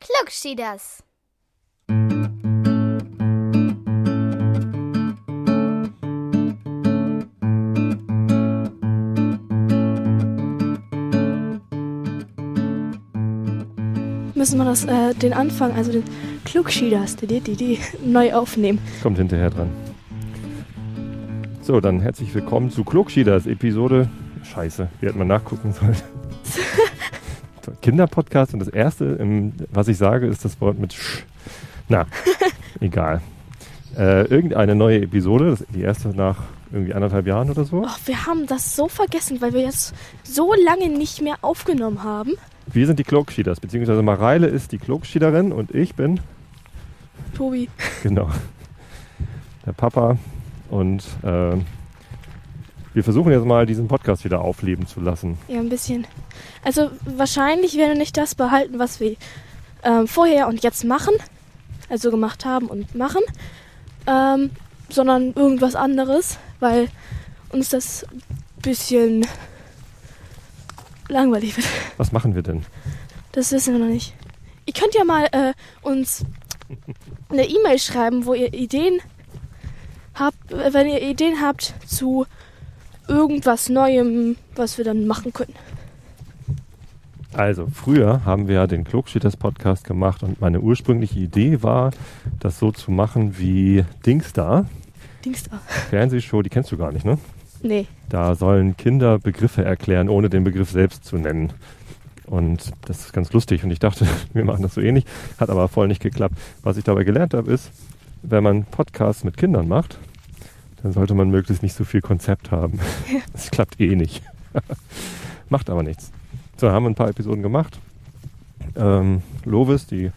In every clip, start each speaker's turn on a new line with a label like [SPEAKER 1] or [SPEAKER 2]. [SPEAKER 1] Glück schied das.
[SPEAKER 2] Müssen wir das, äh, den Anfang, also den Klugschieders, die, die, die, neu aufnehmen.
[SPEAKER 3] Kommt hinterher dran. So, dann herzlich willkommen zu Klugschieders Episode. Scheiße, wie hätte man nachgucken sollen. Kinderpodcast und das erste, im, was ich sage, ist das Wort mit Sch. Na, egal. Äh, irgendeine neue Episode, das, die erste nach irgendwie anderthalb Jahren oder so.
[SPEAKER 2] Oh, wir haben das so vergessen, weil wir jetzt so lange nicht mehr aufgenommen haben.
[SPEAKER 3] Wir sind die Klokschieders, beziehungsweise Mareile ist die Klokschiederin und ich bin,
[SPEAKER 2] Tobi,
[SPEAKER 3] genau, der Papa. Und äh, wir versuchen jetzt mal, diesen Podcast wieder aufleben zu lassen.
[SPEAKER 2] ja, ein bisschen. Also wahrscheinlich werden wir nicht das behalten, was wir ähm, vorher und jetzt machen, also gemacht haben und machen, ähm, sondern irgendwas anderes, weil uns das bisschen langweilig wird.
[SPEAKER 3] Was machen wir denn?
[SPEAKER 2] Das wissen wir noch nicht. Ihr könnt ja mal äh, uns eine E-Mail schreiben, wo ihr Ideen habt, äh, wenn ihr Ideen habt zu irgendwas Neuem, was wir dann machen können.
[SPEAKER 3] Also, früher haben wir ja den Klugschieders Podcast gemacht und meine ursprüngliche Idee war, das so zu machen wie Dingsda,
[SPEAKER 2] Dings da.
[SPEAKER 3] Fernsehshow, die kennst du gar nicht, ne?
[SPEAKER 2] Nee.
[SPEAKER 3] Da sollen Kinder Begriffe erklären, ohne den Begriff selbst zu nennen. Und das ist ganz lustig. Und ich dachte, wir machen das so ähnlich, hat aber voll nicht geklappt. Was ich dabei gelernt habe, ist, wenn man Podcasts mit Kindern macht, dann sollte man möglichst nicht so viel Konzept haben. Das klappt eh nicht. macht aber nichts. So, haben wir ein paar Episoden gemacht. Ähm, Lovis, die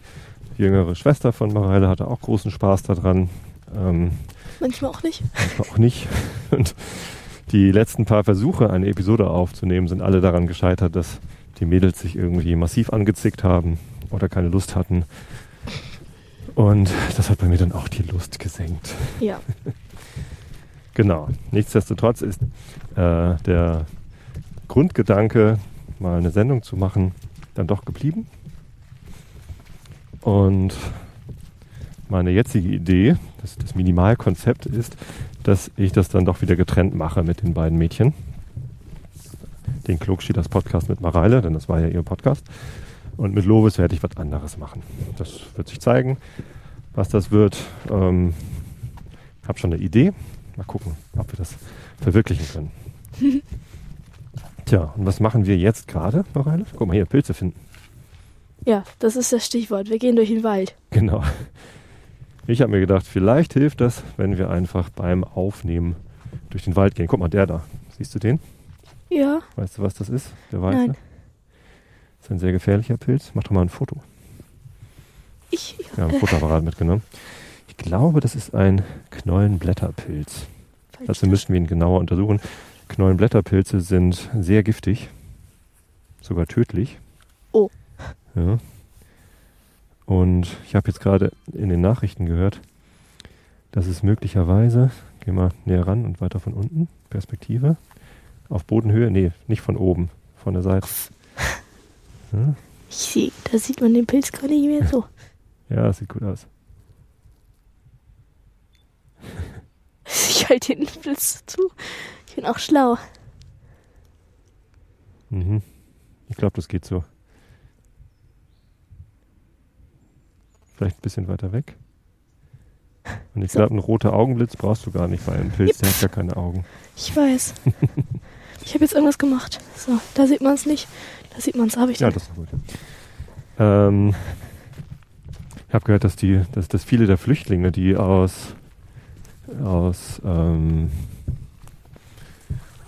[SPEAKER 3] jüngere Schwester von Mareile, hatte auch großen Spaß daran. Ähm,
[SPEAKER 2] Manchmal auch nicht.
[SPEAKER 3] auch nicht. Und die letzten paar Versuche, eine Episode aufzunehmen, sind alle daran gescheitert, dass die Mädels sich irgendwie massiv angezickt haben oder keine Lust hatten. Und das hat bei mir dann auch die Lust gesenkt.
[SPEAKER 2] Ja.
[SPEAKER 3] Genau. Nichtsdestotrotz ist äh, der Grundgedanke, mal eine Sendung zu machen, dann doch geblieben. Und meine jetzige Idee, das, das Minimalkonzept ist, dass ich das dann doch wieder getrennt mache mit den beiden Mädchen. Den Klugschieders Podcast mit Mareile, denn das war ja ihr Podcast. Und mit Lovis werde ich was anderes machen. Das wird sich zeigen, was das wird. Ähm, hab schon eine Idee. Mal gucken, ob wir das verwirklichen können. Tja, und was machen wir jetzt gerade, Mareile? Guck mal hier, Pilze finden.
[SPEAKER 2] Ja, das ist das Stichwort. Wir gehen durch den Wald.
[SPEAKER 3] Genau. Ich habe mir gedacht, vielleicht hilft das, wenn wir einfach beim Aufnehmen durch den Wald gehen. Guck mal, der da. Siehst du den?
[SPEAKER 2] Ja.
[SPEAKER 3] Weißt du, was das ist? Der Weiße?
[SPEAKER 2] Nein.
[SPEAKER 3] Das ist ein sehr gefährlicher Pilz. Mach doch mal ein Foto.
[SPEAKER 2] Ich.
[SPEAKER 3] Wir haben ein Fotoapparat mitgenommen. Ich glaube, das ist ein Knollenblätterpilz. Dazu müssten wir ihn genauer untersuchen. Knollenblätterpilze sind sehr giftig, sogar tödlich.
[SPEAKER 2] Oh.
[SPEAKER 3] Ja. Und ich habe jetzt gerade in den Nachrichten gehört, dass es möglicherweise, gehen wir näher ran und weiter von unten, Perspektive, auf Bodenhöhe, nee, nicht von oben, von der Seite. Ja,
[SPEAKER 2] Ich sehe, da sieht man den Pilz gerade nicht mehr so.
[SPEAKER 3] ja das sieht gut aus.
[SPEAKER 2] Ich halte den Pilz zu. Ich bin auch schlau.
[SPEAKER 3] Mhm. Ich glaube, das geht so. Vielleicht ein bisschen weiter weg. Und ich
[SPEAKER 2] So.
[SPEAKER 3] glaube, einen roten Augenblitz brauchst du gar nicht bei einem Pilz, der hat ja keine Augen.
[SPEAKER 2] Ich weiß. Ich habe jetzt irgendwas gemacht. So, da sieht man es nicht. Da sieht man es, habe ich
[SPEAKER 3] Ja,
[SPEAKER 2] dann.
[SPEAKER 3] das ist gut. Ähm, ich habe gehört, dass, die, dass, dass viele der Flüchtlinge, die aus, aus, ähm,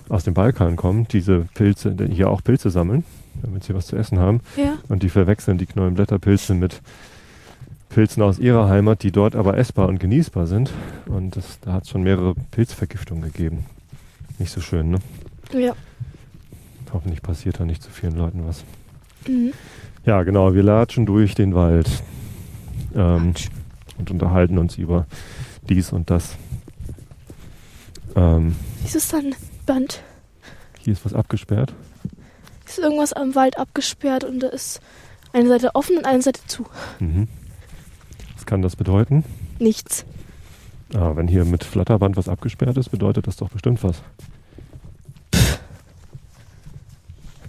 [SPEAKER 3] aus dem Balkan kommen, diese Pilze, hier auch Pilze sammeln, damit sie was zu essen haben.
[SPEAKER 2] Ja,
[SPEAKER 3] Und die verwechseln die Knollenblätterpilze mit Pilzen aus ihrer Heimat, die dort aber essbar und genießbar sind. Und das, da hat es schon mehrere Pilzvergiftungen gegeben. Nicht so schön, ne?
[SPEAKER 2] ja.
[SPEAKER 3] Hoffentlich passiert da nicht zu vielen Leuten was.
[SPEAKER 2] Mhm.
[SPEAKER 3] Ja, genau, wir latschen durch den Wald ähm, und unterhalten uns über dies und das. Ähm,
[SPEAKER 2] Wieso ist da ein Band?
[SPEAKER 3] hier ist was abgesperrt.
[SPEAKER 2] Ist irgendwas am Wald abgesperrt und da ist Eine Seite offen und eine Seite zu.
[SPEAKER 3] Mhm. Was kann das bedeuten?
[SPEAKER 2] Nichts.
[SPEAKER 3] Ah, wenn hier mit Flatterband was abgesperrt ist, bedeutet das doch bestimmt was.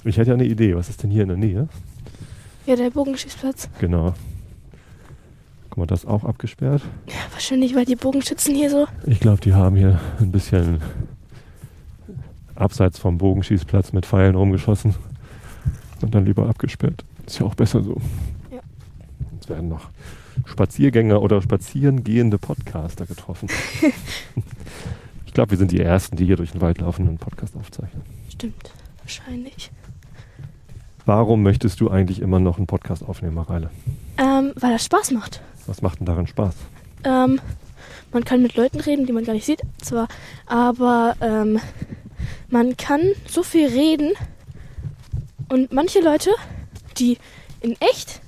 [SPEAKER 3] Ich hätte ja eine Idee. Was ist denn hier in der Nähe?
[SPEAKER 2] Ja, der Bogenschießplatz.
[SPEAKER 3] Genau. Guck mal, das ist auch abgesperrt.
[SPEAKER 2] Ja, wahrscheinlich, weil die Bogenschützen hier so.
[SPEAKER 3] Ich glaube, die haben hier ein bisschen abseits vom Bogenschießplatz mit Pfeilen rumgeschossen und dann lieber abgesperrt. Ist ja auch besser so.
[SPEAKER 2] Ja.
[SPEAKER 3] Jetzt werden noch Spaziergänger oder spazierengehende Podcaster getroffen. ich glaube, wir sind die Ersten, die hier durch den Wald laufen und einen Podcast aufzeichnen.
[SPEAKER 2] Stimmt, wahrscheinlich.
[SPEAKER 3] Warum möchtest du eigentlich immer noch einen Podcast aufnehmen, Mareile?
[SPEAKER 2] Ähm, weil das Spaß macht.
[SPEAKER 3] Was macht denn daran Spaß?
[SPEAKER 2] Ähm, man kann mit Leuten reden, die man gar nicht sieht, zwar, aber ähm, man kann so viel reden und manche Leute, die in echt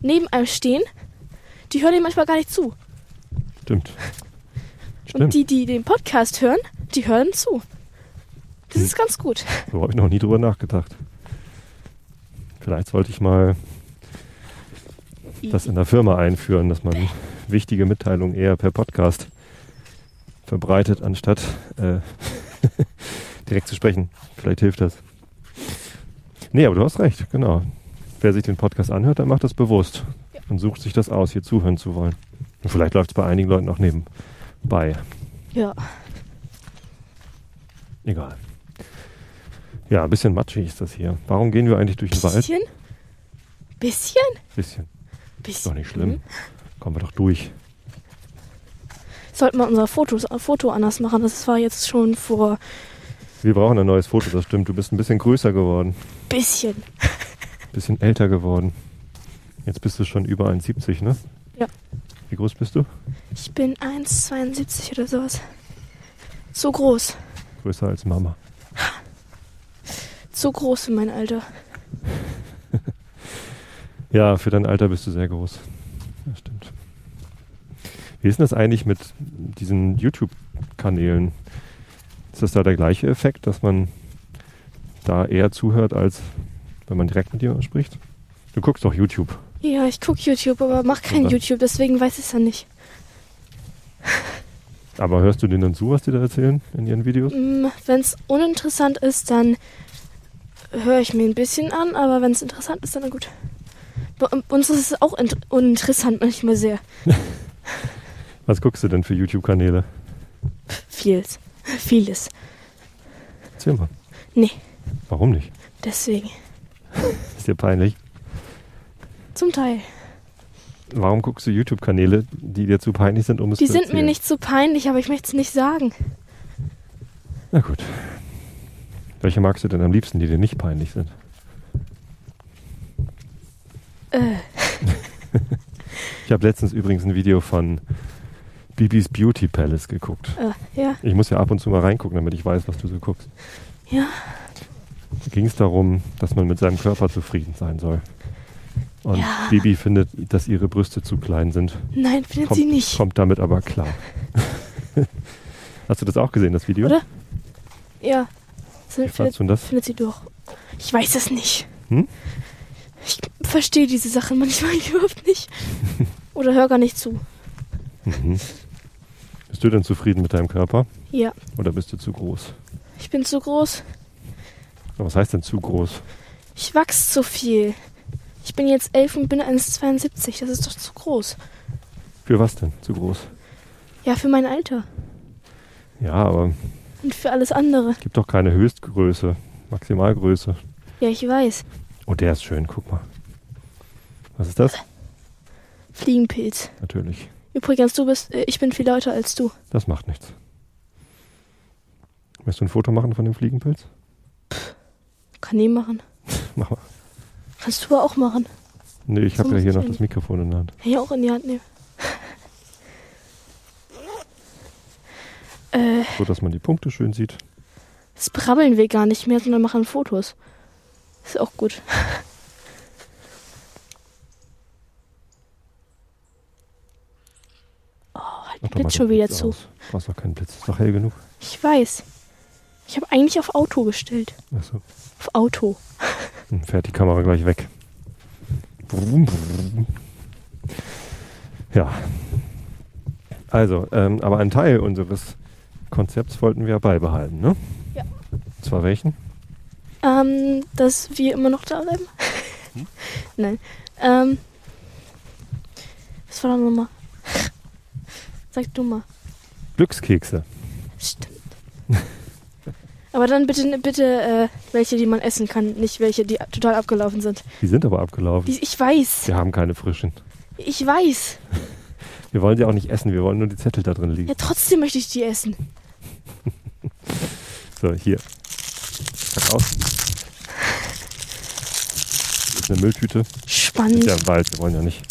[SPEAKER 2] neben einem stehen, die hören dir manchmal gar nicht zu.
[SPEAKER 3] Stimmt.
[SPEAKER 2] Und
[SPEAKER 3] Stimmt.
[SPEAKER 2] die, die den Podcast hören, die hören zu. Das
[SPEAKER 3] Hm.
[SPEAKER 2] ist ganz gut.
[SPEAKER 3] So habe ich noch nie drüber nachgedacht. Vielleicht sollte ich mal das in der Firma einführen, dass man wichtige Mitteilungen eher per Podcast verbreitet, anstatt äh, direkt zu sprechen. Vielleicht hilft das. Nee, aber du hast recht, genau. Wer sich den Podcast anhört, der macht das bewusst und sucht sich das aus, hier zuhören zu wollen. Und vielleicht läuft es bei einigen Leuten auch nebenbei.
[SPEAKER 2] Ja,
[SPEAKER 3] Egal. Ja, ein bisschen matschig ist das hier. Warum gehen wir eigentlich durch den Wald?
[SPEAKER 2] bisschen. Bisschen?
[SPEAKER 3] Bisschen. Ist
[SPEAKER 2] Bisschen.
[SPEAKER 3] doch nicht schlimm. Kommen wir doch durch.
[SPEAKER 2] Sollten wir unser Fotos, Foto anders machen. Das war jetzt schon vor
[SPEAKER 3] Wir brauchen ein neues Foto, das stimmt. Du bist ein bisschen größer geworden,
[SPEAKER 2] bisschen.
[SPEAKER 3] bisschen älter geworden. Jetzt bist du schon über 1,70, ne?
[SPEAKER 2] Ja.
[SPEAKER 3] Wie groß bist du?
[SPEAKER 2] Ich bin 1,72 oder sowas. So groß.
[SPEAKER 3] Größer als Mama.
[SPEAKER 2] So groß für mein Alter.
[SPEAKER 3] Ja, für dein Alter bist du sehr groß. Ja, stimmt. Wie ist denn das eigentlich mit diesen YouTube-Kanälen? Ist das da der gleiche Effekt, dass man da eher zuhört, als wenn man direkt mit jemandem spricht? Du guckst doch YouTube.
[SPEAKER 2] Ja, ich guck YouTube, aber mach kein
[SPEAKER 3] Oder?
[SPEAKER 2] YouTube, deswegen weiß ich es ja nicht.
[SPEAKER 3] Aber hörst du denen dann zu, was die da erzählen in ihren Videos?
[SPEAKER 2] Wenn es Mm, uninteressant ist, dann höre ich mir ein bisschen an, aber wenn es interessant ist, dann na gut. Bei ähm, uns ist es auch int- uninteressant manchmal sehr.
[SPEAKER 3] Was guckst du denn für YouTube-Kanäle?
[SPEAKER 2] Vieles. Vieles.
[SPEAKER 3] Erzähl mal.
[SPEAKER 2] Nee,
[SPEAKER 3] Warum nicht?
[SPEAKER 2] deswegen.
[SPEAKER 3] Ist dir peinlich.
[SPEAKER 2] Zum Teil.
[SPEAKER 3] Warum guckst du YouTube-Kanäle, die dir zu peinlich sind, um es
[SPEAKER 2] Die
[SPEAKER 3] zu
[SPEAKER 2] sind mir
[SPEAKER 3] erzählen?
[SPEAKER 2] nicht so peinlich, aber ich möchte es nicht sagen.
[SPEAKER 3] Na gut. Welche magst du denn am liebsten, die dir nicht peinlich sind?
[SPEAKER 2] Äh,
[SPEAKER 3] Ich habe letztens übrigens ein Video von Bibis Beauty Palace geguckt.
[SPEAKER 2] äh, ja,
[SPEAKER 3] Ich muss ja ab und zu mal reingucken, damit ich weiß, was du so guckst.
[SPEAKER 2] ja.
[SPEAKER 3] Da ging es darum, dass man mit seinem Körper zufrieden sein soll. Und
[SPEAKER 2] Ja.
[SPEAKER 3] Bibi findet, dass ihre Brüste zu klein sind.
[SPEAKER 2] Nein, findet
[SPEAKER 3] Kommt,
[SPEAKER 2] sie nicht.
[SPEAKER 3] kommt damit aber klar. Hast du das auch gesehen, das Video?
[SPEAKER 2] Oder? Ja. Sie
[SPEAKER 3] Wie fandst
[SPEAKER 2] findet,
[SPEAKER 3] du das?
[SPEAKER 2] findet sie doch. Ich weiß es nicht.
[SPEAKER 3] Hm?
[SPEAKER 2] Ich verstehe diese Sachen manchmal überhaupt nicht. Oder höre gar nicht zu.
[SPEAKER 3] Mhm. Bist du denn zufrieden mit deinem Körper
[SPEAKER 2] Ja,
[SPEAKER 3] oder bist du zu groß?
[SPEAKER 2] ich bin zu groß.
[SPEAKER 3] Aber Was heißt denn zu groß?
[SPEAKER 2] Ich wachse zu viel. Ich bin jetzt 11 und bin 1,72. Das ist doch zu groß.
[SPEAKER 3] Für was denn zu groß?
[SPEAKER 2] Ja, für mein Alter.
[SPEAKER 3] Ja, aber
[SPEAKER 2] Und für alles andere.
[SPEAKER 3] gibt doch keine Höchstgröße, Maximalgröße.
[SPEAKER 2] Ja, ich weiß.
[SPEAKER 3] Oh, der ist schön, guck mal. Was ist das?
[SPEAKER 2] Fliegenpilz.
[SPEAKER 3] Natürlich.
[SPEAKER 2] Übrigens, du bist, äh, ich bin viel lauter als du.
[SPEAKER 3] Das macht nichts. Willst du ein Foto machen von dem Fliegenpilz?
[SPEAKER 2] Kann ich machen.
[SPEAKER 3] Mach mal.
[SPEAKER 2] Kannst du aber auch machen.
[SPEAKER 3] Nee, ich
[SPEAKER 2] So
[SPEAKER 3] habe ja
[SPEAKER 2] muss
[SPEAKER 3] hier
[SPEAKER 2] ich
[SPEAKER 3] noch
[SPEAKER 2] hin.
[SPEAKER 3] das Mikrofon in der Hand.
[SPEAKER 2] Kann ich auch in die Hand nehmen. äh,
[SPEAKER 3] So, dass man die Punkte schön sieht.
[SPEAKER 2] das brabbeln wir gar nicht mehr, sondern machen Fotos. Ist auch gut. Oh, halt
[SPEAKER 3] Mach doch mal
[SPEAKER 2] blitzt
[SPEAKER 3] den
[SPEAKER 2] schon wieder
[SPEAKER 3] Blitz
[SPEAKER 2] zu.
[SPEAKER 3] aus. Du brauchst doch keinen Blitz. Ist doch hell genug.
[SPEAKER 2] Ich weiß. Ich habe eigentlich auf Auto gestellt.
[SPEAKER 3] Achso.
[SPEAKER 2] Auf Auto.
[SPEAKER 3] Dann fährt die Kamera gleich weg. Brumm, brumm. Ja. Also, ähm, aber einen Teil unseres Konzepts wollten wir beibehalten, ne?
[SPEAKER 2] Ja.
[SPEAKER 3] Und Zwar welchen?
[SPEAKER 2] Ähm, dass wir immer noch da bleiben. Nein. Ähm, was war da nochmal? Sag du mal.
[SPEAKER 3] Glückskekse.
[SPEAKER 2] Stimmt. Aber dann bitte, bitte äh, welche, die man essen kann, nicht welche, die total abgelaufen sind.
[SPEAKER 3] Die sind aber abgelaufen.
[SPEAKER 2] Die, ich weiß.
[SPEAKER 3] Wir haben keine frischen.
[SPEAKER 2] Ich weiß.
[SPEAKER 3] Wir wollen sie auch nicht essen, wir wollen nur die Zettel da drin liegen.
[SPEAKER 2] Ja, trotzdem möchte ich die essen.
[SPEAKER 3] So, hier. Pass auf. Das ist eine Mülltüte.
[SPEAKER 2] Spannend.
[SPEAKER 3] Ist ja im Wald, wir wollen ja nicht.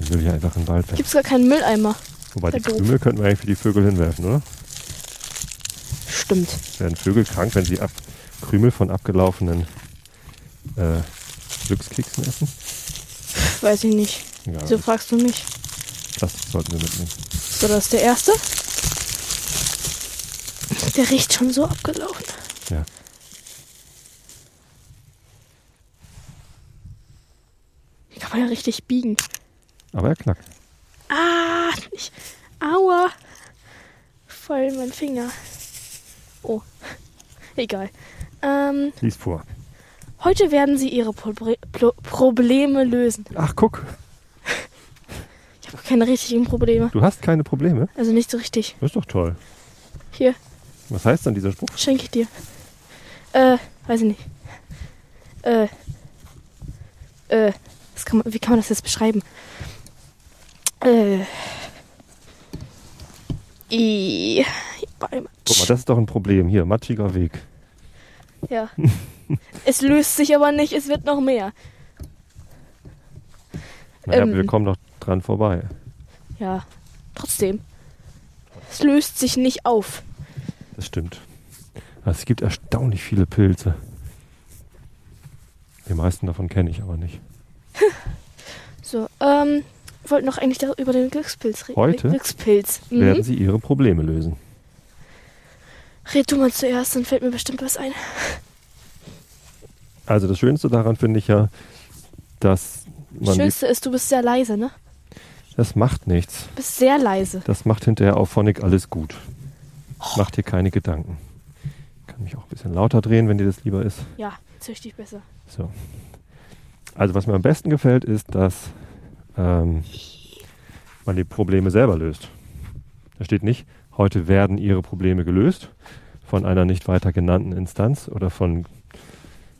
[SPEAKER 3] Den Müll hier einfach in den Wald werfen.
[SPEAKER 2] Gibt's gar keinen Mülleimer.
[SPEAKER 3] Wobei die
[SPEAKER 2] ja doof.
[SPEAKER 3] Krümel könnten wir eigentlich für die Vögel hinwerfen, oder?
[SPEAKER 2] Stimmt.
[SPEAKER 3] Werden Vögel krank, wenn sie ab Krümel von abgelaufenen äh, Glückskeksen essen?
[SPEAKER 2] Weiß ich nicht.
[SPEAKER 3] Ja,
[SPEAKER 2] Wieso fragst du mich?
[SPEAKER 3] das sollten wir mitnehmen.
[SPEAKER 2] So, das ist der erste. Der riecht schon so abgelaufen.
[SPEAKER 3] Ja.
[SPEAKER 2] Den kann man ja richtig biegen.
[SPEAKER 3] Aber er knackt.
[SPEAKER 2] Ah, ich, aua. Voll mein Finger. Oh, egal. Ähm,
[SPEAKER 3] Lies vor.
[SPEAKER 2] heute werden sie ihre Probre Pro Probleme lösen.
[SPEAKER 3] Ach, guck,
[SPEAKER 2] Ich habe keine richtigen Probleme.
[SPEAKER 3] du hast keine Probleme.
[SPEAKER 2] Also nicht so richtig.
[SPEAKER 3] Das ist doch toll.
[SPEAKER 2] Hier,
[SPEAKER 3] Was heißt dann dieser Spruch?
[SPEAKER 2] Schenke ich dir. Äh, weiß ich nicht. Äh, äh, was kann man, wie kann man das jetzt beschreiben? Äh, i,
[SPEAKER 3] Guck mal, das ist doch ein Problem. Hier, matschiger Weg.
[SPEAKER 2] ja. es löst sich aber nicht, es wird noch mehr.
[SPEAKER 3] Naja,
[SPEAKER 2] Ähm.
[SPEAKER 3] wir kommen doch dran vorbei.
[SPEAKER 2] Ja, trotzdem. Es löst sich nicht auf.
[SPEAKER 3] Das stimmt. Also es gibt erstaunlich viele Pilze. Die meisten davon kenne ich aber nicht.
[SPEAKER 2] So, ähm, wir wollten doch eigentlich da über den Glückspilz reden.
[SPEAKER 3] Heute?
[SPEAKER 2] Glückspilz.
[SPEAKER 3] Werden
[SPEAKER 2] Mhm.
[SPEAKER 3] sie ihre Probleme lösen?
[SPEAKER 2] Red du mal zuerst, dann fällt mir bestimmt was ein.
[SPEAKER 3] Also das Schönste daran finde ich ja, dass
[SPEAKER 2] Das
[SPEAKER 3] man
[SPEAKER 2] Schönste ist, du bist sehr leise, ne?
[SPEAKER 3] die, das macht nichts.
[SPEAKER 2] Du bist sehr leise.
[SPEAKER 3] Das macht hinterher auf Phonic alles gut. Macht dir keine Gedanken. Kann mich auch ein bisschen lauter drehen, wenn dir das lieber ist.
[SPEAKER 2] Ja, züchtig besser.
[SPEAKER 3] So. Also was mir am besten gefällt, ist, dass ähm, man die Probleme selber löst. Da steht nicht, heute werden Ihre Probleme gelöst von einer nicht weiter genannten Instanz oder von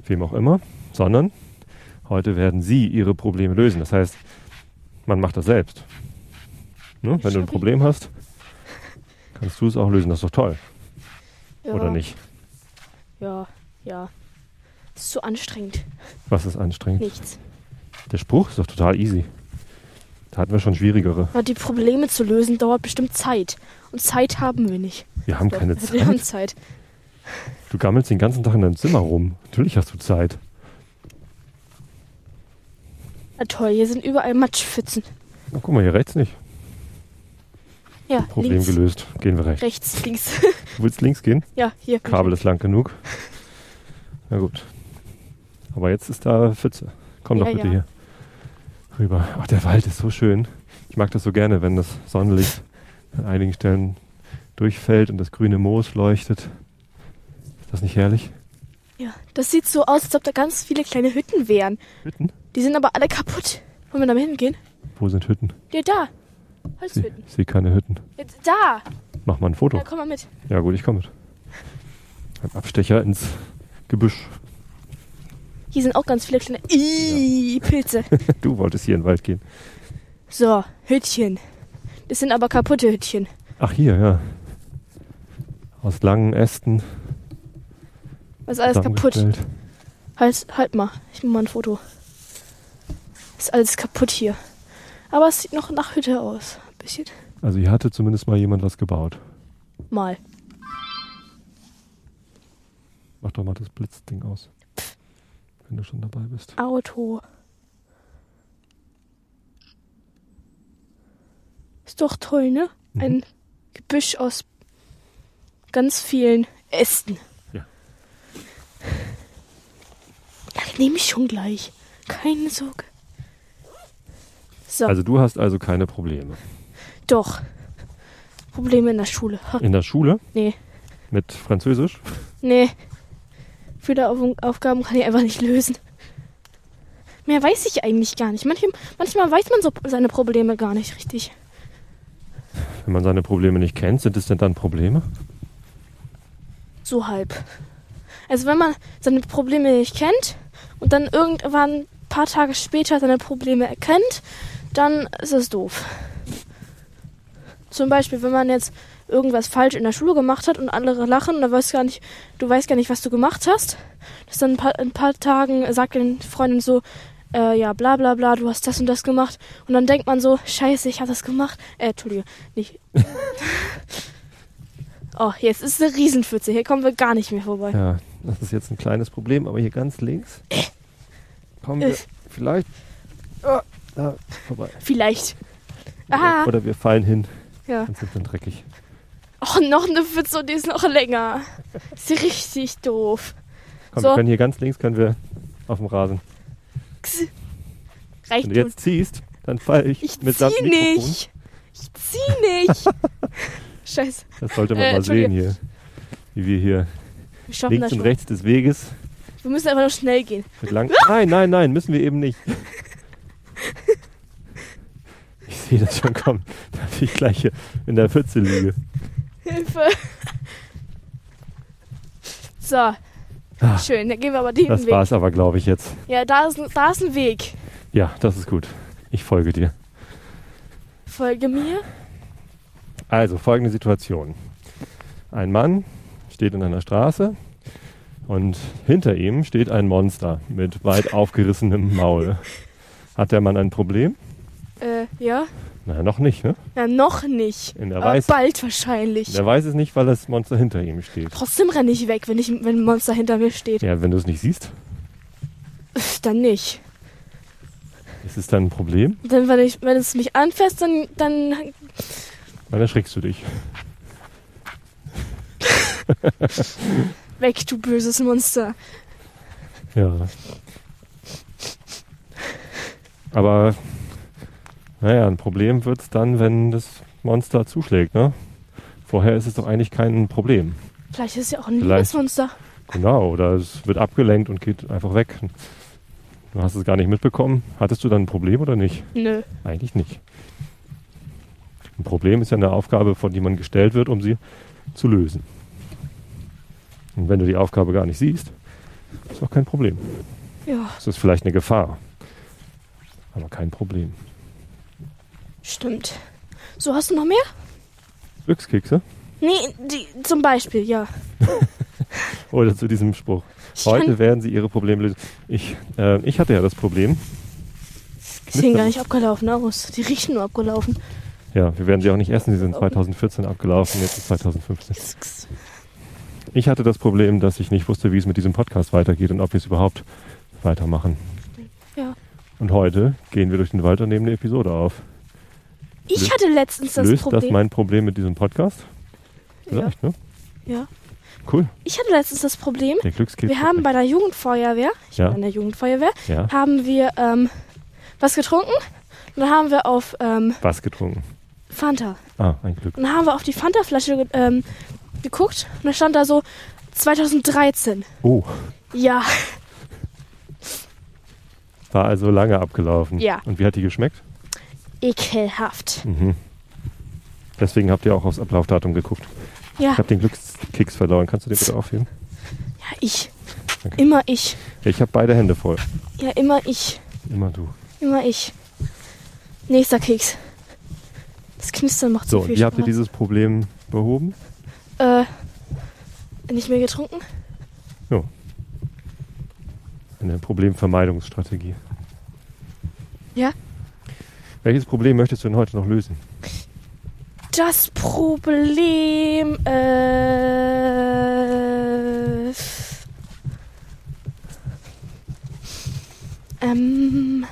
[SPEAKER 3] wem auch immer, sondern heute werden Sie Ihre Probleme lösen. Das heißt, man macht das selbst. Ne? Wenn du ein Problem hast, kannst du es auch lösen. Das ist doch toll,
[SPEAKER 2] Ja,
[SPEAKER 3] oder nicht?
[SPEAKER 2] Ja, ja. Ist zu anstrengend.
[SPEAKER 3] Was ist anstrengend?
[SPEAKER 2] Nichts.
[SPEAKER 3] Der Spruch ist doch total easy. Da hatten wir schon schwierigere.
[SPEAKER 2] Aber die Probleme zu lösen dauert bestimmt Zeit. Und Zeit haben wir nicht.
[SPEAKER 3] Wir haben
[SPEAKER 2] Doch,
[SPEAKER 3] keine
[SPEAKER 2] Wir haben
[SPEAKER 3] Zeit.
[SPEAKER 2] Zeit.
[SPEAKER 3] Du gammelst den ganzen Tag in deinem Zimmer rum. Natürlich hast du Zeit.
[SPEAKER 2] Na toll, hier sind überall Matschpfützen.
[SPEAKER 3] Na, Oh, guck mal, hier rechts nicht.
[SPEAKER 2] Ja,
[SPEAKER 3] Problem
[SPEAKER 2] links. Mhm.
[SPEAKER 3] gelöst. Gehen wir rechts.
[SPEAKER 2] Rechts, links.
[SPEAKER 3] Du willst links gehen?
[SPEAKER 2] ja, hier.
[SPEAKER 3] Kabel ist lang genug. Na gut. Aber jetzt ist da Pfütze. Komm doch
[SPEAKER 2] Ja,
[SPEAKER 3] bitte
[SPEAKER 2] ja.
[SPEAKER 3] hier rüber. Ach, der Wald ist so schön. Ich mag das so gerne, wenn das Sonnenlicht an einigen Stellen durchfällt und das grüne Moos leuchtet. Ist das nicht herrlich?
[SPEAKER 2] Ja, das sieht so aus, als ob da ganz viele kleine Hütten wären.
[SPEAKER 3] Hütten?
[SPEAKER 2] Die sind aber alle kaputt. Wollen wir da mal hingehen?
[SPEAKER 3] Wo sind Hütten?
[SPEAKER 2] Ja, da.
[SPEAKER 3] Ich
[SPEAKER 2] Holzhütten.
[SPEAKER 3] sehe keine Hütten.
[SPEAKER 2] Ja, Da.
[SPEAKER 3] Mach mal ein Foto.
[SPEAKER 2] Ja, komm mal mit.
[SPEAKER 3] Ja gut, ich komme mit. Ein Abstecher ins Gebüsch.
[SPEAKER 2] Hier sind auch ganz viele kleine Ih, Pilze.
[SPEAKER 3] Du wolltest hier in den Wald gehen.
[SPEAKER 2] So, Hütchen. Das sind aber kaputte Hütchen.
[SPEAKER 3] Ach hier, ja. Aus langen Ästen.
[SPEAKER 2] Was ist alles kaputt?
[SPEAKER 3] zusammengestellt.
[SPEAKER 2] Halt, halt mal. Ich mach mal ein Foto. Ist alles kaputt hier. Aber es sieht noch nach Hütte aus. Ein bisschen.
[SPEAKER 3] Also hier hatte zumindest mal jemand was gebaut.
[SPEAKER 2] Mal.
[SPEAKER 3] Mach doch mal das Blitzding aus. Wenn du schon dabei bist.
[SPEAKER 2] Auto. Ist doch toll, ne?
[SPEAKER 3] Mhm.
[SPEAKER 2] Ein Gebüsch aus ganz vielen Ästen.
[SPEAKER 3] Ja.
[SPEAKER 2] Ja, nehme ich schon gleich. Keine Sorge. So,
[SPEAKER 3] Also du hast also keine Probleme.
[SPEAKER 2] doch. Probleme in der Schule. Ha,
[SPEAKER 3] In der Schule
[SPEAKER 2] nee,
[SPEAKER 3] mit Französisch.
[SPEAKER 2] nee. Viele Auf Aufgaben kann ich einfach nicht lösen. Mehr weiß ich eigentlich gar nicht. Manchmal, manchmal weiß man so seine Probleme gar nicht richtig.
[SPEAKER 3] Wenn man seine Probleme nicht kennt, sind es denn dann Probleme?
[SPEAKER 2] So halb. Also wenn man seine Probleme nicht kennt und dann irgendwann ein paar Tage später seine Probleme erkennt, dann ist es doof. Zum Beispiel, wenn man jetzt irgendwas falsch in der Schule gemacht hat und andere lachen und dann weißt gar nicht, du weißt gar nicht, was du gemacht hast, dass dann ein paar, in ein paar Tagen sagt den Freundin so, äh, ja, bla bla bla, du hast das und das gemacht. Und dann denkt man so, scheiße, ich habe das gemacht. Äh, Entschuldige, nicht. oh, jetzt ist eine Riesenpfütze, hier kommen wir gar nicht mehr vorbei.
[SPEAKER 3] Ja, das ist jetzt ein kleines Problem, aber hier ganz links
[SPEAKER 2] Äh.
[SPEAKER 3] kommen wir
[SPEAKER 2] Ich-
[SPEAKER 3] vielleicht Ah, da vorbei.
[SPEAKER 2] Vielleicht.
[SPEAKER 3] Oder,
[SPEAKER 2] Aha.
[SPEAKER 3] oder wir fallen hin
[SPEAKER 2] Ja.
[SPEAKER 3] und sind dann dreckig.
[SPEAKER 2] Och, oh, noch eine Pfütze und die ist noch länger. Ist richtig doof.
[SPEAKER 3] Komm,
[SPEAKER 2] So.
[SPEAKER 3] wir können hier ganz links können wir auf dem Rasen.
[SPEAKER 2] X.
[SPEAKER 3] Wenn
[SPEAKER 2] Reicht
[SPEAKER 3] du
[SPEAKER 2] uns.
[SPEAKER 3] jetzt ziehst, dann fall ich,
[SPEAKER 2] Ich
[SPEAKER 3] mitsamt
[SPEAKER 2] zieh
[SPEAKER 3] Mikrofon.
[SPEAKER 2] nicht. Ich zieh nicht. Scheiße.
[SPEAKER 3] Das sollte man
[SPEAKER 2] Äh,
[SPEAKER 3] mal sehen hier. Wie wir hier
[SPEAKER 2] Wir schaffen
[SPEAKER 3] links
[SPEAKER 2] das
[SPEAKER 3] und
[SPEAKER 2] schon.
[SPEAKER 3] rechts des Weges
[SPEAKER 2] Wir müssen einfach nur schnell gehen.
[SPEAKER 3] mit lang. Nein, nein, nein, müssen wir eben nicht. Ich sehe das schon kommen, dass ich gleich hier in der Pfütze liege.
[SPEAKER 2] Hilfe. So.
[SPEAKER 3] Ah,
[SPEAKER 2] Schön, dann gehen wir aber den
[SPEAKER 3] Das
[SPEAKER 2] Weg.
[SPEAKER 3] war's aber, glaube ich, jetzt.
[SPEAKER 2] Ja, da ist, ein- da ist ein Weg.
[SPEAKER 3] Ja, das ist gut. Ich folge dir.
[SPEAKER 2] Folge mir.
[SPEAKER 3] Also, folgende Situation. Ein Mann steht in einer Straße und hinter ihm steht ein Monster mit weit aufgerissenem Maul. Hat der Mann ein Problem?
[SPEAKER 2] Äh, ja.
[SPEAKER 3] Na, noch nicht, ne?
[SPEAKER 2] Ja, noch nicht.
[SPEAKER 3] In der
[SPEAKER 2] Aber
[SPEAKER 3] Weiß-
[SPEAKER 2] bald wahrscheinlich.
[SPEAKER 3] Der weiß es nicht, weil das Monster hinter ihm steht.
[SPEAKER 2] Trotzdem renne ich weg, wenn, ich, wenn ein Monster hinter mir steht.
[SPEAKER 3] Ja, wenn du es nicht siehst,
[SPEAKER 2] Pff, Dann nicht.
[SPEAKER 3] ist es dann ein Problem?
[SPEAKER 2] Denn wenn, ich, wenn es mich anfasst, dann, dann
[SPEAKER 3] Dann erschrickst du dich.
[SPEAKER 2] weg, du böses Monster.
[SPEAKER 3] Ja. Aber, naja, ein Problem wird es dann, wenn das Monster zuschlägt, ne? Vorher ist es doch eigentlich kein Problem.
[SPEAKER 2] Vielleicht ist es ja auch ein
[SPEAKER 3] Vielleicht.
[SPEAKER 2] liebes Monster.
[SPEAKER 3] Genau, oder es wird abgelenkt und geht einfach weg. Du hast es gar nicht mitbekommen. Hattest du dann ein Problem oder nicht?
[SPEAKER 2] Nö.
[SPEAKER 3] Eigentlich nicht. Ein Problem ist ja eine Aufgabe, von die man gestellt wird, um sie zu lösen. Und wenn du die Aufgabe gar nicht siehst, ist auch kein Problem.
[SPEAKER 2] Ja,
[SPEAKER 3] Es ist vielleicht eine Gefahr, aber kein Problem.
[SPEAKER 2] stimmt. So, hast du noch mehr?
[SPEAKER 3] Glückskekse?
[SPEAKER 2] Nee, die, zum Beispiel, ja.
[SPEAKER 3] Oder zu diesem Spruch.
[SPEAKER 2] Ich kann,
[SPEAKER 3] Heute werden sie ihre Probleme lösen. Ich, äh, ich hatte ja das Problem,
[SPEAKER 2] die sehen gar nicht abgelaufen aus. Die riechen nur abgelaufen.
[SPEAKER 3] Ja, wir werden sie auch nicht essen. Sie sind 2014 abgelaufen, jetzt ist 2015. Ich hatte das Problem, dass ich nicht wusste, wie es mit diesem Podcast weitergeht und ob wir es überhaupt weitermachen.
[SPEAKER 2] Ja.
[SPEAKER 3] Und heute gehen wir durch den Wald und nehmen eine Episode auf.
[SPEAKER 2] Ich
[SPEAKER 3] Löst-
[SPEAKER 2] hatte letztens das
[SPEAKER 3] Löst das
[SPEAKER 2] Problem.
[SPEAKER 3] mein Problem mit diesem Podcast? Vielleicht, ne?
[SPEAKER 2] ja.
[SPEAKER 3] Cool.
[SPEAKER 2] Ich hatte letztens das Problem.
[SPEAKER 3] Der Glückskeks.
[SPEAKER 2] Wir haben bei der Jugendfeuerwehr, ich
[SPEAKER 3] Ja.
[SPEAKER 2] war in der Jugendfeuerwehr,
[SPEAKER 3] ja,
[SPEAKER 2] haben wir ähm, was getrunken. Und dann haben wir auf ähm,
[SPEAKER 3] was getrunken.
[SPEAKER 2] Fanta.
[SPEAKER 3] Ah, ein Glück.
[SPEAKER 2] Und dann haben wir auf die Fanta-Flasche ge- ähm, geguckt und da stand da so 2013.
[SPEAKER 3] Oh,
[SPEAKER 2] Ja,
[SPEAKER 3] war also lange abgelaufen.
[SPEAKER 2] Ja.
[SPEAKER 3] Und wie hat die geschmeckt?
[SPEAKER 2] ekelhaft.
[SPEAKER 3] Mhm. Deswegen habt ihr auch aufs Ablaufdatum geguckt.
[SPEAKER 2] Ja,
[SPEAKER 3] Ich habe den Glückskeks verloren. Kannst du den bitte aufheben?
[SPEAKER 2] ja ich.
[SPEAKER 3] Okay.
[SPEAKER 2] Immer ich.
[SPEAKER 3] Ja, ich habe beide Hände voll.
[SPEAKER 2] Ja, immer ich.
[SPEAKER 3] Immer du.
[SPEAKER 2] Immer ich. Nächster Keks. Das Knistern macht so,
[SPEAKER 3] So, und
[SPEAKER 2] viel
[SPEAKER 3] wie habt ihr
[SPEAKER 2] Spaß.
[SPEAKER 3] dieses Problem behoben?
[SPEAKER 2] äh, nicht mehr getrunken?
[SPEAKER 3] Eine Problemvermeidungsstrategie.
[SPEAKER 2] Ja.
[SPEAKER 3] Welches Problem möchtest du denn heute noch lösen?
[SPEAKER 2] Das Problem, äh... Ähm...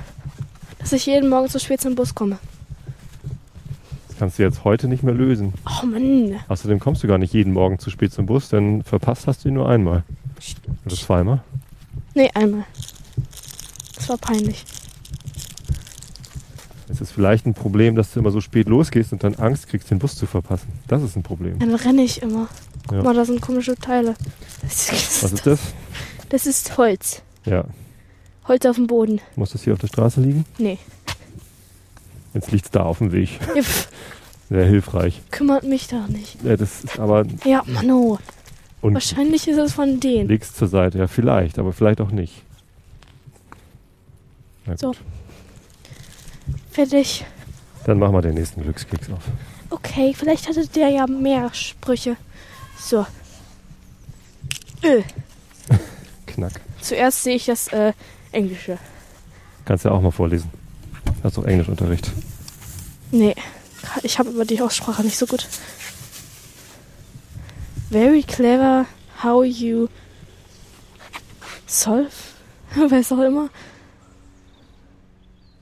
[SPEAKER 2] Dass ich jeden Morgen zu spät zum Bus komme.
[SPEAKER 3] Das kannst du jetzt heute nicht mehr lösen.
[SPEAKER 2] Oh Mann.
[SPEAKER 3] Außerdem kommst du gar nicht jeden Morgen zu spät zum Bus, denn verpasst hast du ihn nur einmal. Oder zweimal.
[SPEAKER 2] Nee, einmal. Das war peinlich.
[SPEAKER 3] Es ist vielleicht ein Problem, dass du immer so spät losgehst und dann Angst kriegst, den Bus zu verpassen. Das ist ein Problem.
[SPEAKER 2] Dann renne ich immer. Guck
[SPEAKER 3] Ja.
[SPEAKER 2] mal, da sind komische Teile. Das ist,
[SPEAKER 3] Was ist das?
[SPEAKER 2] das ist Holz.
[SPEAKER 3] Ja.
[SPEAKER 2] Holz auf dem Boden.
[SPEAKER 3] Muss das hier auf der Straße liegen?
[SPEAKER 2] Nee.
[SPEAKER 3] Jetzt liegt es da auf dem Weg.
[SPEAKER 2] Ihr pff,
[SPEAKER 3] Sehr hilfreich.
[SPEAKER 2] kümmert mich doch nicht.
[SPEAKER 3] Ja, das ist aber
[SPEAKER 2] Ja, Mann, oh.
[SPEAKER 3] und
[SPEAKER 2] Wahrscheinlich ist es von denen.
[SPEAKER 3] legst zur Seite. Ja, vielleicht, aber vielleicht auch nicht. Na gut.
[SPEAKER 2] So. Fertig.
[SPEAKER 3] Dann machen wir den nächsten Glückskeks auf.
[SPEAKER 2] Okay, vielleicht hatte der ja mehr Sprüche. So. Ö.
[SPEAKER 3] Knack.
[SPEAKER 2] Zuerst sehe ich das äh, Englische.
[SPEAKER 3] Kannst ja auch mal vorlesen. Hast doch Englischunterricht.
[SPEAKER 2] Nee, ich habe über die Aussprache nicht so gut. Very clever how you solve. Weiß auch immer.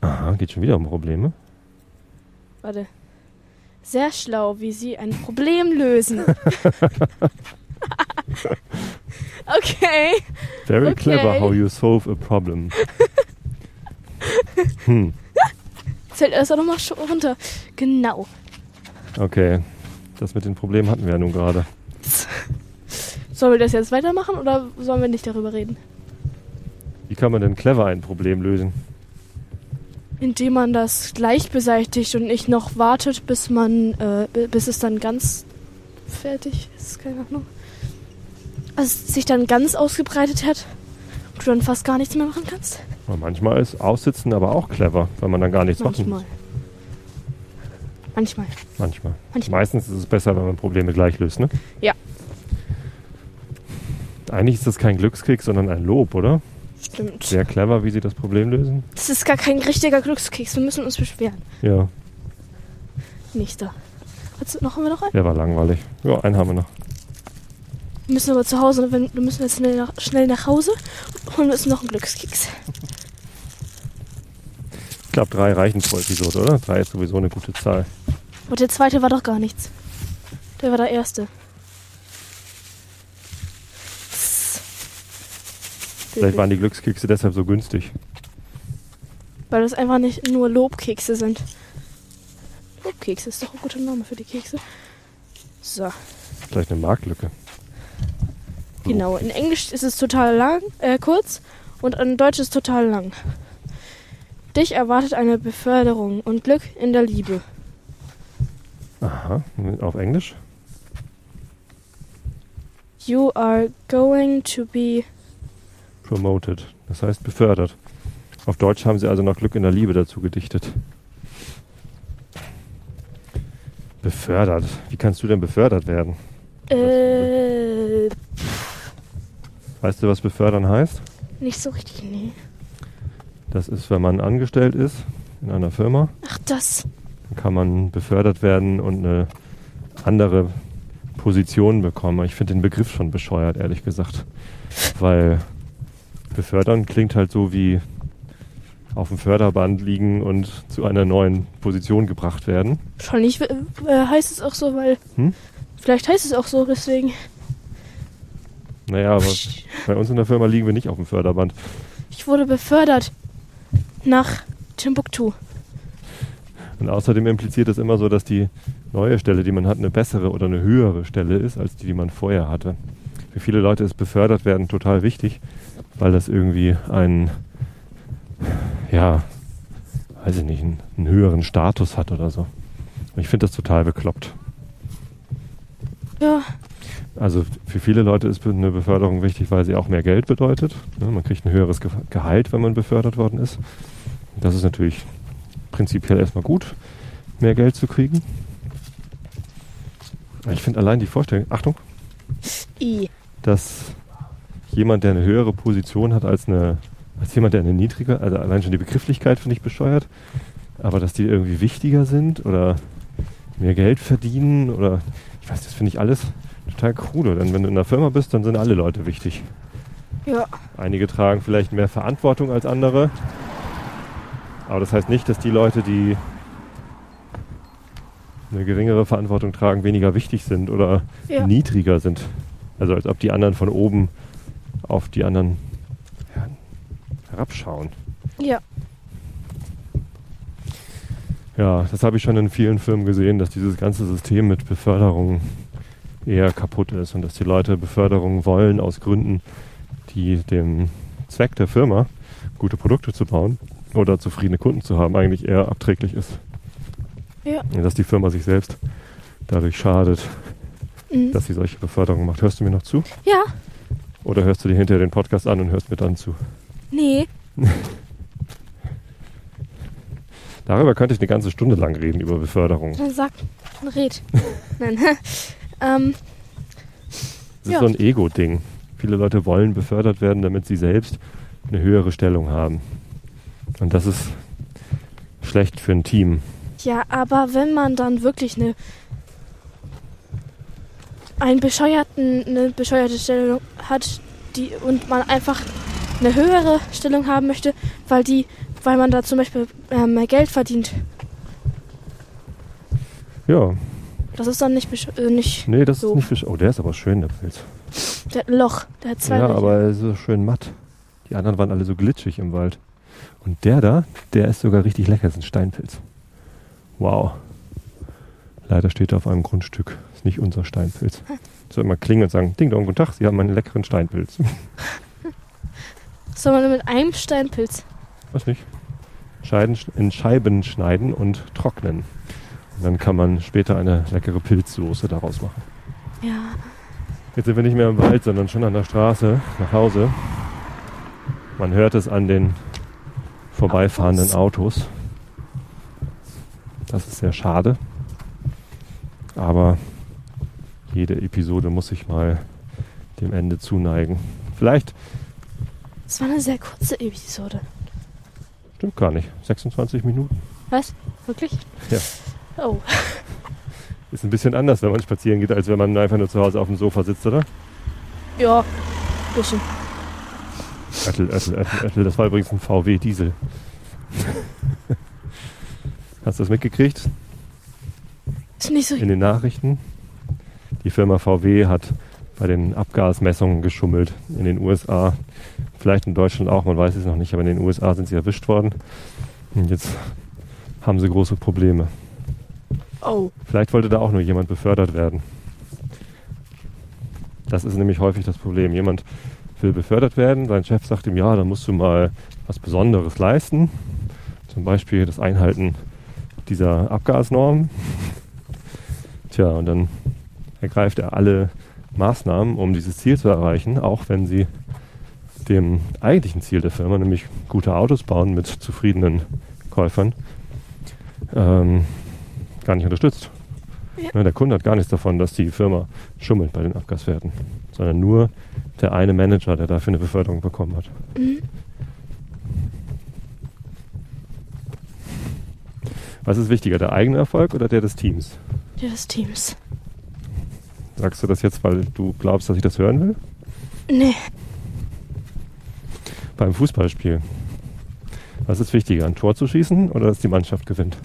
[SPEAKER 3] Aha, geht schon wieder um Probleme.
[SPEAKER 2] Warte. Sehr schlau, wie sie ein Problem lösen. okay.
[SPEAKER 3] Very
[SPEAKER 2] Okay.
[SPEAKER 3] clever how you solve a problem. hm,
[SPEAKER 2] Zählt alles auch nochmal schon runter. Genau.
[SPEAKER 3] okay. Das mit den Problemen hatten wir ja nun gerade.
[SPEAKER 2] Sollen wir das jetzt weitermachen oder sollen wir nicht darüber reden?
[SPEAKER 3] Wie kann man denn clever ein Problem lösen?
[SPEAKER 2] Indem man das leicht beseitigt und nicht noch wartet, bis man, äh, b- bis es dann ganz fertig ist, keine Ahnung. Also es sich dann ganz ausgebreitet hat und du dann fast gar nichts mehr machen kannst.
[SPEAKER 3] Na, manchmal ist Aussitzen aber auch clever, weil man dann gar nichts machen
[SPEAKER 2] Manchmal.
[SPEAKER 3] muss.
[SPEAKER 2] Manchmal.
[SPEAKER 3] Manchmal.
[SPEAKER 2] Manchmal.
[SPEAKER 3] Meistens ist es besser, wenn man Probleme gleich löst, ne?
[SPEAKER 2] Ja.
[SPEAKER 3] Eigentlich ist das kein Glückskick, sondern ein Lob, oder?
[SPEAKER 2] Stimmt.
[SPEAKER 3] Sehr clever, wie sie das Problem lösen.
[SPEAKER 2] Das ist gar kein richtiger Glückskeks. Wir müssen uns beschweren.
[SPEAKER 3] Ja,
[SPEAKER 2] Nächster. Hast du noch, haben wir noch einen?
[SPEAKER 3] der war langweilig. Ja, einen haben wir noch.
[SPEAKER 2] Wir müssen aber zu Hause, wenn, wir müssen jetzt schnell nach, schnell nach Hause und holen uns noch einen Glückskeks.
[SPEAKER 3] Ich glaube, drei reichen pro Episode, oder? Drei ist sowieso eine gute Zahl.
[SPEAKER 2] Und der zweite war doch gar nichts. Der war der erste.
[SPEAKER 3] Vielleicht waren die Glückskekse deshalb so günstig.
[SPEAKER 2] Weil das einfach nicht nur Lobkekse sind. Lobkekse ist doch ein guter Name für die Kekse. So,
[SPEAKER 3] Vielleicht eine Marktlücke.
[SPEAKER 2] genau. In Englisch ist es total lang, äh, kurz und in Deutsch ist es total lang. Dich erwartet eine Beförderung und Glück in der Liebe.
[SPEAKER 3] Aha, auf Englisch?
[SPEAKER 2] You are going to be
[SPEAKER 3] Promoted. Das heißt befördert. Auf Deutsch haben sie also noch Glück in der Liebe dazu gedichtet. Befördert. Wie kannst du denn befördert werden?
[SPEAKER 2] äh,
[SPEAKER 3] Weißt du, was befördern heißt?
[SPEAKER 2] nicht so richtig, nee.
[SPEAKER 3] Das ist, wenn man angestellt ist in einer Firma,
[SPEAKER 2] Ach, das.
[SPEAKER 3] dann kann man befördert werden und eine andere Position bekommen. Ich finde den Begriff schon bescheuert, ehrlich gesagt. Weil befördern klingt halt so wie auf dem Förderband liegen und zu einer neuen Position gebracht werden.
[SPEAKER 2] Wahrscheinlich äh, äh, heißt es auch so, weil.
[SPEAKER 3] Hm?
[SPEAKER 2] Vielleicht heißt es auch so, deswegen.
[SPEAKER 3] Naja, aber bei uns in der Firma liegen wir nicht auf dem Förderband.
[SPEAKER 2] Ich wurde befördert nach Timbuktu.
[SPEAKER 3] Und außerdem impliziert das immer so, dass die neue Stelle, die man hat, eine bessere oder eine höhere Stelle ist, als die, die man vorher hatte. Für viele Leute ist befördert werden total wichtig, weil das irgendwie einen, ja, weiß ich nicht, einen, einen höheren Status hat oder so. Und ich finde das total bekloppt.
[SPEAKER 2] Ja,
[SPEAKER 3] Also für viele Leute ist eine Beförderung wichtig, weil sie auch mehr Geld bedeutet. Ne, Man kriegt ein höheres Ge Gehalt, wenn man befördert worden ist. Das ist natürlich prinzipiell erstmal gut, mehr Geld zu kriegen. Aber Ich finde allein die Vorstellung, Achtung,
[SPEAKER 2] I.
[SPEAKER 3] dass jemand, der eine höhere Position hat als, eine, als jemand, der eine niedrige, also allein schon die Begrifflichkeit finde ich bescheuert, aber dass die irgendwie wichtiger sind oder mehr Geld verdienen oder ich weiß, das finde ich alles total krude. Denn wenn du in einer Firma bist, dann sind alle Leute wichtig.
[SPEAKER 2] Ja,
[SPEAKER 3] Einige tragen vielleicht mehr Verantwortung als andere, aber das heißt nicht, dass die Leute, die eine geringere Verantwortung tragen, weniger wichtig sind oder
[SPEAKER 2] ja.
[SPEAKER 3] niedriger sind. Also als ob die anderen von oben auf die anderen ja, herabschauen.
[SPEAKER 2] Ja.
[SPEAKER 3] Ja, das habe ich schon in vielen Firmen gesehen, dass dieses ganze System mit Beförderung eher kaputt ist und dass die Leute Beförderung wollen aus Gründen, die dem Zweck der Firma, gute Produkte zu bauen oder zufriedene Kunden zu haben, eigentlich eher abträglich ist.
[SPEAKER 2] Ja.
[SPEAKER 3] Dass die Firma sich selbst dadurch schadet,
[SPEAKER 2] Mhm.
[SPEAKER 3] dass sie solche Beförderungen macht. Hörst du mir noch zu?
[SPEAKER 2] Ja.
[SPEAKER 3] Oder hörst du dir hinterher den Podcast an und hörst mir dann zu?
[SPEAKER 2] Nee.
[SPEAKER 3] Darüber könnte ich eine ganze Stunde lang reden, über Beförderung.
[SPEAKER 2] Dann sag, dann red. Nein. ähm, Ja.
[SPEAKER 3] Das ist so ein Ego-Ding. Viele Leute wollen befördert werden, damit sie selbst eine höhere Stellung haben. Und das ist schlecht für ein Team.
[SPEAKER 2] ja, aber wenn man dann wirklich eine einen bescheuerten, eine bescheuerte Stellung hat, die und man einfach eine höhere Stellung haben möchte, weil die, weil man da zum Beispiel äh, mehr Geld verdient,
[SPEAKER 3] Ja,
[SPEAKER 2] das ist dann nicht besch- äh, nicht
[SPEAKER 3] nee, das
[SPEAKER 2] So.
[SPEAKER 3] ist nicht für. Oh, der ist aber schön, der Pilz.
[SPEAKER 2] der hat ein Loch, der hat zwei
[SPEAKER 3] Ja,
[SPEAKER 2] Löcher.
[SPEAKER 3] aber so schön matt. Die anderen waren alle so glitschig im Wald. Und der da, der ist sogar richtig lecker, ist ein Steinpilz. Wow. Leider steht er auf einem Grundstück. Ist nicht unser Steinpilz. Soll immer klingen und sagen, Ding Dong, guten Tag, Sie haben einen leckeren Steinpilz.
[SPEAKER 2] Soll man mit einem Steinpilz?
[SPEAKER 3] Weiß nicht. Scheiden, in Scheiben schneiden und trocknen. Und dann kann man später eine leckere Pilzsoße daraus machen.
[SPEAKER 2] Ja.
[SPEAKER 3] Jetzt sind wir nicht mehr im Wald, sondern schon an der Straße nach Hause. Man hört es an den vorbeifahrenden Autos. Das ist sehr schade. Aber jede Episode muss sich mal dem Ende zuneigen. Vielleicht,
[SPEAKER 2] Es war eine sehr kurze Episode.
[SPEAKER 3] stimmt gar nicht, 26 Minuten.
[SPEAKER 2] Was? Wirklich?
[SPEAKER 3] Ja.
[SPEAKER 2] Oh.
[SPEAKER 3] Ist ein bisschen anders, wenn man spazieren geht, als wenn man einfach nur zu Hause auf dem Sofa sitzt, oder?
[SPEAKER 2] Ja. Bisschen.
[SPEAKER 3] Öttel, Öttel, Öttel, Öttel. Das war übrigens ein VW Diesel. Hast du das mitgekriegt?
[SPEAKER 2] Ist nicht so.
[SPEAKER 3] in den Nachrichten. Die Firma VW hat bei den Abgasmessungen geschummelt in den USA. Vielleicht in Deutschland auch, man weiß es noch nicht, aber in den USA sind sie erwischt worden. Und jetzt haben sie große Probleme.
[SPEAKER 2] Oh.
[SPEAKER 3] Vielleicht wollte da auch nur jemand befördert werden. Das ist nämlich häufig das Problem. Jemand will befördert werden, sein Chef sagt ihm, ja, dann musst du mal was Besonderes leisten. Zum Beispiel das Einhalten dieser Abgasnorm. Tja, und dann ergreift er alle Maßnahmen, um dieses Ziel zu erreichen, auch wenn sie dem eigentlichen Ziel der Firma, nämlich gute Autos bauen mit zufriedenen Käufern, ähm, gar nicht unterstützt.
[SPEAKER 2] Ja.
[SPEAKER 3] Ne, Der Kunde hat gar nichts davon, dass die Firma schummelt bei den Abgaswerten, sondern nur der eine Manager, der dafür eine Beförderung bekommen hat. Was ist wichtiger, der eigene Erfolg oder der des Teams?
[SPEAKER 2] Der des Teams.
[SPEAKER 3] Sagst du das jetzt, weil du glaubst, dass ich das hören will?
[SPEAKER 2] Nee.
[SPEAKER 3] Beim Fußballspiel. Was ist wichtiger, ein Tor zu schießen oder dass die Mannschaft gewinnt?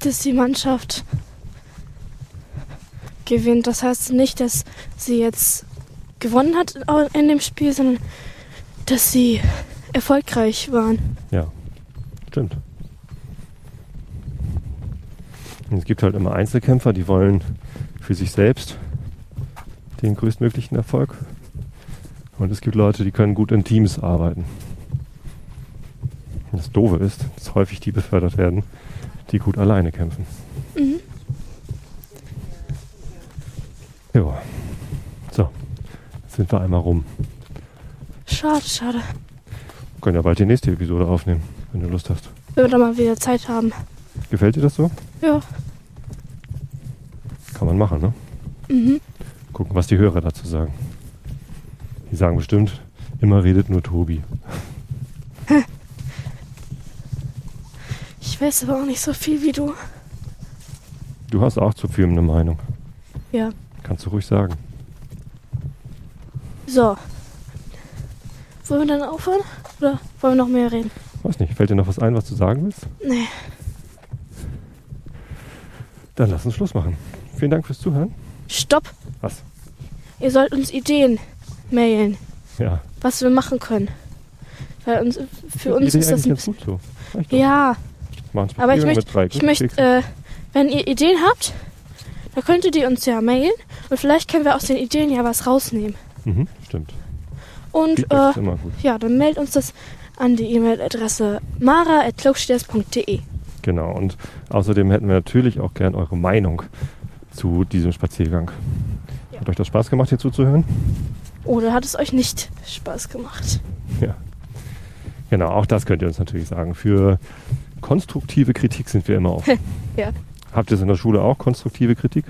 [SPEAKER 2] Dass die Mannschaft gewinnt. Das heißt nicht, dass sie jetzt gewonnen hat in dem Spiel, sondern dass sie erfolgreich waren.
[SPEAKER 3] Ja, stimmt. Und es gibt halt immer Einzelkämpfer, die wollen für sich selbst den größtmöglichen Erfolg. Und es gibt Leute, die können gut in Teams arbeiten. Und Das Doofe ist, dass häufig die befördert werden, die gut alleine kämpfen. Ja. So, jetzt sind wir einmal rum.
[SPEAKER 2] Schade, schade.
[SPEAKER 3] Wir können ja bald die nächste Episode aufnehmen, wenn du Lust hast.
[SPEAKER 2] Wenn wir da mal wieder Zeit haben.
[SPEAKER 3] Gefällt dir das so?
[SPEAKER 2] Ja.
[SPEAKER 3] Kann man machen, ne?
[SPEAKER 2] Mhm.
[SPEAKER 3] Gucken, was die Hörer dazu sagen. Die sagen bestimmt, immer redet nur Tobi.
[SPEAKER 2] Ich weiß aber auch nicht so viel wie du.
[SPEAKER 3] Du hast auch zu viel eine Meinung.
[SPEAKER 2] Ja.
[SPEAKER 3] Kannst du ruhig sagen.
[SPEAKER 2] So. Wollen wir dann aufhören? Oder wollen wir noch mehr reden?
[SPEAKER 3] Weiß nicht, fällt dir noch was ein, was du sagen willst?
[SPEAKER 2] Nee.
[SPEAKER 3] Dann lass uns Schluss machen. Vielen Dank fürs Zuhören.
[SPEAKER 2] Stopp!
[SPEAKER 3] Was?
[SPEAKER 2] Ihr sollt uns Ideen mailen,
[SPEAKER 3] Ja,
[SPEAKER 2] was wir machen können. Weil uns, für uns
[SPEAKER 3] Idee
[SPEAKER 2] ist das
[SPEAKER 3] eigentlich
[SPEAKER 2] ein
[SPEAKER 3] ganz gut so. Reicht doch.
[SPEAKER 2] Ja,
[SPEAKER 3] Machen Sie
[SPEAKER 2] aber ich
[SPEAKER 3] Spaziergang
[SPEAKER 2] möchte,
[SPEAKER 3] mit drei
[SPEAKER 2] ich möchte äh,
[SPEAKER 3] Glückskeksen.
[SPEAKER 2] wenn ihr Ideen habt, dann könntet ihr uns ja mailen und vielleicht können wir aus den Ideen ja was rausnehmen.
[SPEAKER 3] mhm, stimmt.
[SPEAKER 2] äh, Und
[SPEAKER 3] Feedback
[SPEAKER 2] äh,
[SPEAKER 3] ist immer gut.
[SPEAKER 2] ja, dann mailt uns das an die E-Mail-Adresse mara.klugschilders.de.
[SPEAKER 3] Genau. Und außerdem hätten wir natürlich auch gern eure Meinung zu diesem Spaziergang.
[SPEAKER 2] Ja.
[SPEAKER 3] Hat euch das Spaß gemacht, hier zuzuhören?
[SPEAKER 2] Oder hat es euch nicht Spaß gemacht?
[SPEAKER 3] Ja. Genau, auch das könnt ihr uns natürlich sagen. Für konstruktive Kritik sind wir immer offen.
[SPEAKER 2] Ja.
[SPEAKER 3] Habt ihr es in der Schule auch konstruktive Kritik?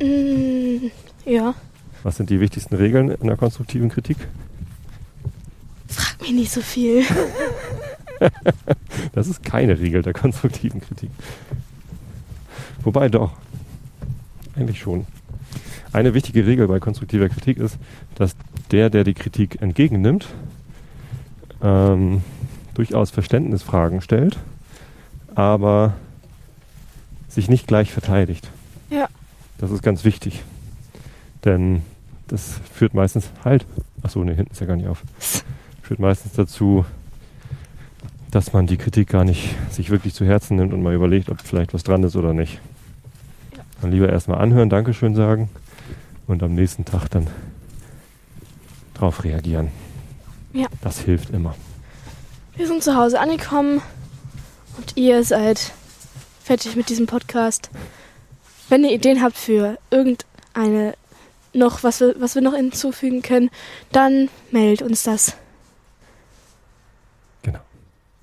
[SPEAKER 2] Mm, ja,
[SPEAKER 3] Was sind die wichtigsten Regeln in der konstruktiven Kritik?
[SPEAKER 2] frag mich nicht so viel.
[SPEAKER 3] Das ist keine Regel der konstruktiven Kritik. Wobei doch, eigentlich schon. Eine wichtige Regel bei konstruktiver Kritik ist, dass der, der die Kritik entgegennimmt, ähm, durchaus Verständnisfragen stellt, aber sich nicht gleich verteidigt.
[SPEAKER 2] Ja.
[SPEAKER 3] Das ist ganz wichtig. Denn das führt meistens halt. Achso, ne, hinten ist ja gar nicht auf. Führt meistens dazu, dass man die Kritik gar nicht sich wirklich zu Herzen nimmt und mal überlegt, ob vielleicht was dran ist oder nicht. Dann lieber erstmal anhören, Dankeschön sagen und am nächsten Tag dann drauf reagieren.
[SPEAKER 2] Ja.
[SPEAKER 3] Das hilft immer.
[SPEAKER 2] Wir sind zu Hause angekommen und ihr seid fertig mit diesem Podcast. Wenn ihr Ideen habt für irgendeine noch, was wir, was wir noch hinzufügen können, dann meldet uns das.